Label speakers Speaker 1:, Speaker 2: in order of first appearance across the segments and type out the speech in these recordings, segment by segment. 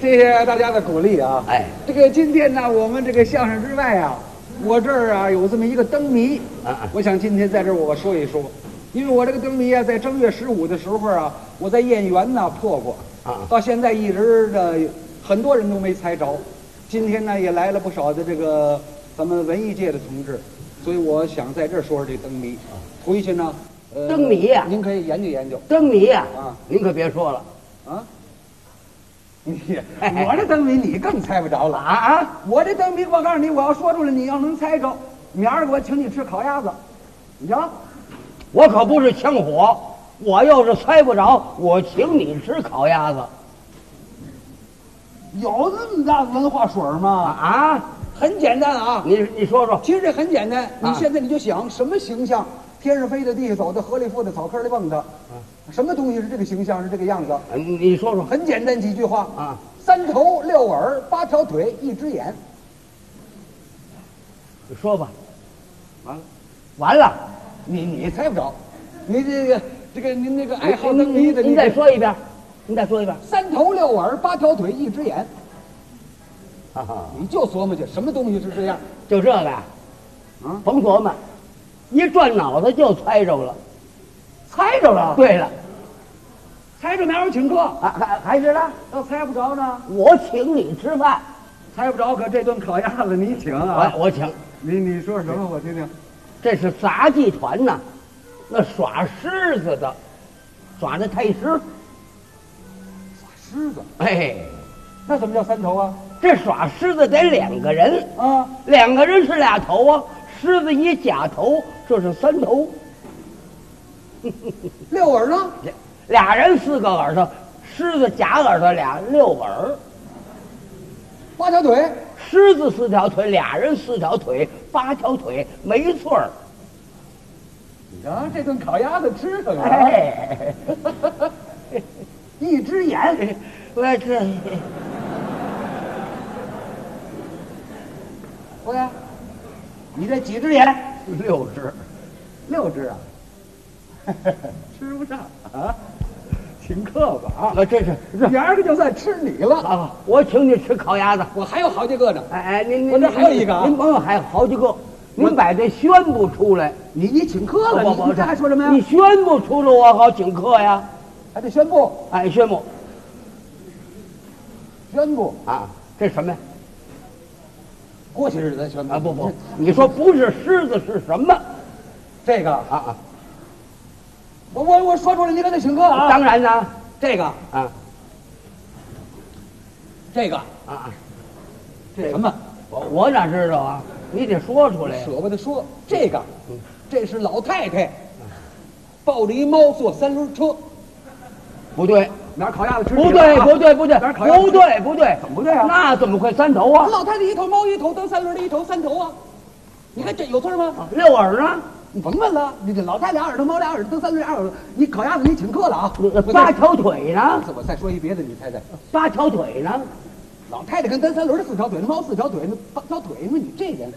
Speaker 1: 谢谢大家的鼓励啊！
Speaker 2: 哎，
Speaker 1: 这个今天呢，我们这个相声之外啊，我这儿啊有这么一个灯谜
Speaker 2: 啊啊
Speaker 1: 我想今天在这儿我说一说，因为我这个灯谜啊，在正月十五的时候啊，我在燕园呐破过
Speaker 2: 啊
Speaker 1: 到现在一直的很多人都没猜着。今天呢，也来了不少的这个咱们文艺界的同志，所以我想在这儿说说这灯谜。回去呢，呃
Speaker 2: 啊灯谜啊呀
Speaker 1: 您可以研究研究
Speaker 2: 灯谜呀、
Speaker 1: 啊
Speaker 2: 您可别说了，
Speaker 1: 啊。你 我这灯谜你更猜不着了啊啊！我这灯谜，我告诉你，我要说出来，你要能猜着，明儿我请你吃烤鸭子，你瞧，
Speaker 2: 我可不是枪火，我要是猜不着，我请你吃烤鸭子
Speaker 1: 有这么大文化水吗？
Speaker 2: 啊！
Speaker 1: 很简单啊，
Speaker 2: 你你说说，
Speaker 1: 其实这很简单，你
Speaker 2: 啊
Speaker 1: 现在你就想什么形象，天上飞的，地下走的，河里浮的，草坑里蹦的，什么东西是这个形象，是这个样子？
Speaker 2: 嗯你说说
Speaker 1: 很简单几句话
Speaker 2: 啊，
Speaker 1: 三头六耳八条腿一只眼，
Speaker 2: 你说吧，完了，完了，
Speaker 1: 你你猜不着，你这个这个您这个爱哎好灯谜的，
Speaker 2: 您
Speaker 1: 你
Speaker 2: 您再说一遍，您再说一遍。
Speaker 1: 三头六耳八条腿一只眼，
Speaker 2: 哈哈。
Speaker 1: 你就琢磨去，什么东西是这样？
Speaker 2: 就这个呀，
Speaker 1: 嗯
Speaker 2: 甭琢磨，一转脑子就猜着了。
Speaker 1: 猜着了，
Speaker 2: 对了，
Speaker 1: 猜着哪有请客？
Speaker 2: 还还还是呢，
Speaker 1: 要猜不着呢，
Speaker 2: 我请你吃饭，
Speaker 1: 猜不着，可这顿烤鸭子你请啊
Speaker 2: 我！我请，
Speaker 1: 你你说什么？我听听。
Speaker 2: 这是杂技团呐，那耍狮子的，耍那太师，
Speaker 1: 狮子，
Speaker 2: 哎，
Speaker 1: 那怎么叫三头啊？
Speaker 2: 这耍狮子得两个人，
Speaker 1: 啊，
Speaker 2: 两个人是俩头啊，狮子一假头，这是三头，
Speaker 1: 六耳呢？
Speaker 2: 这俩人四个耳朵，狮子假耳朵俩六耳。
Speaker 1: 八条腿，
Speaker 2: 狮子四条腿，俩人四条腿，八条腿，没错儿。
Speaker 1: 你瞧这顿烤鸭子吃什么？
Speaker 2: 哎，
Speaker 1: 一只眼，
Speaker 2: 我这
Speaker 1: 喂，你这几只眼？
Speaker 2: 六只，
Speaker 1: 六只啊， 吃不上啊，请客吧啊！
Speaker 2: 我这是
Speaker 1: 明儿个就算吃你了，
Speaker 2: 啊，我请你吃烤鸭子。
Speaker 1: 我还有好几个呢。
Speaker 2: 哎哎，您您
Speaker 1: 我这还有一个啊
Speaker 2: 您甭有还有好几个，您把这宣布出来。
Speaker 1: 你你请客了，你你这还说什么
Speaker 2: 你
Speaker 1: 呀？
Speaker 2: 宣布出来，我好请客呀！
Speaker 1: 还得宣布
Speaker 2: 哎，宣布
Speaker 1: 宣布，
Speaker 2: 啊，这什么呀？
Speaker 1: 过些日子再宣布
Speaker 2: 啊不不，你说不是狮子是什么？
Speaker 1: 这个，
Speaker 2: 啊啊，
Speaker 1: 我我我说出来，你可得请客啊！
Speaker 2: 当然啦，
Speaker 1: 这个
Speaker 2: 啊
Speaker 1: 这个
Speaker 2: 啊啊，
Speaker 1: 这什么？
Speaker 2: 我我哪知道啊？你得说出来呀。
Speaker 1: 舍不得说嗯这个，这是老太太抱着一猫坐三轮车，
Speaker 2: 不对，
Speaker 1: 哪儿烤鸭子吃
Speaker 2: 不对，不
Speaker 1: 对，
Speaker 2: 对，不对，
Speaker 1: 哪啊儿烤鸭子
Speaker 2: 不对，不对，
Speaker 1: 怎么不对啊
Speaker 2: 那怎么会三头啊？
Speaker 1: 老太太一头猫一头蹬三轮的一头三头啊！你看这有错吗？
Speaker 2: 六耳呢？
Speaker 1: 你甭问了，你这老太俩耳朵猫俩耳朵蹬三轮俩耳朵，你烤鸭子你请客了啊！我
Speaker 2: 八
Speaker 1: 再
Speaker 2: 条腿呢？
Speaker 1: 我再说一别的，你猜猜，
Speaker 2: 八条腿呢？
Speaker 1: 老太太跟蹬三轮的四条腿，那猫四条腿，那八条腿，那你这人，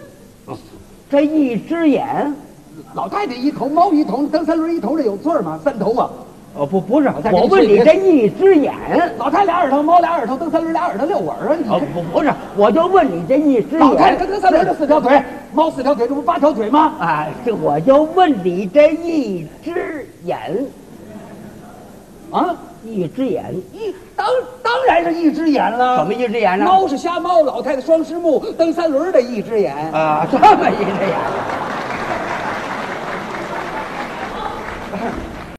Speaker 2: 这一只眼？
Speaker 1: 老太太一头猫一头，蹬三轮一头，这有错吗？三头啊！
Speaker 2: 哦，不，不是，
Speaker 1: 再给你
Speaker 2: 我问
Speaker 1: 说一
Speaker 2: 你
Speaker 1: 遍
Speaker 2: 这一只眼？
Speaker 1: 老太太俩耳朵猫俩耳朵蹬三轮俩耳朵六耳啊！你
Speaker 2: 哦
Speaker 1: 这，
Speaker 2: 不，不是，我就问你这一只
Speaker 1: 老太太跟蹬三轮的
Speaker 2: 眼？
Speaker 1: 四条腿，猫四条腿，这不八条腿吗？
Speaker 2: 啊，这我就问你这一只眼，
Speaker 1: 啊，
Speaker 2: 一只眼，
Speaker 1: 一当当然是一只眼了。
Speaker 2: 怎么一只眼呢？
Speaker 1: 猫是瞎猫，老太太双狮目，蹬三轮的一只眼。
Speaker 2: 啊啊，这么一只眼，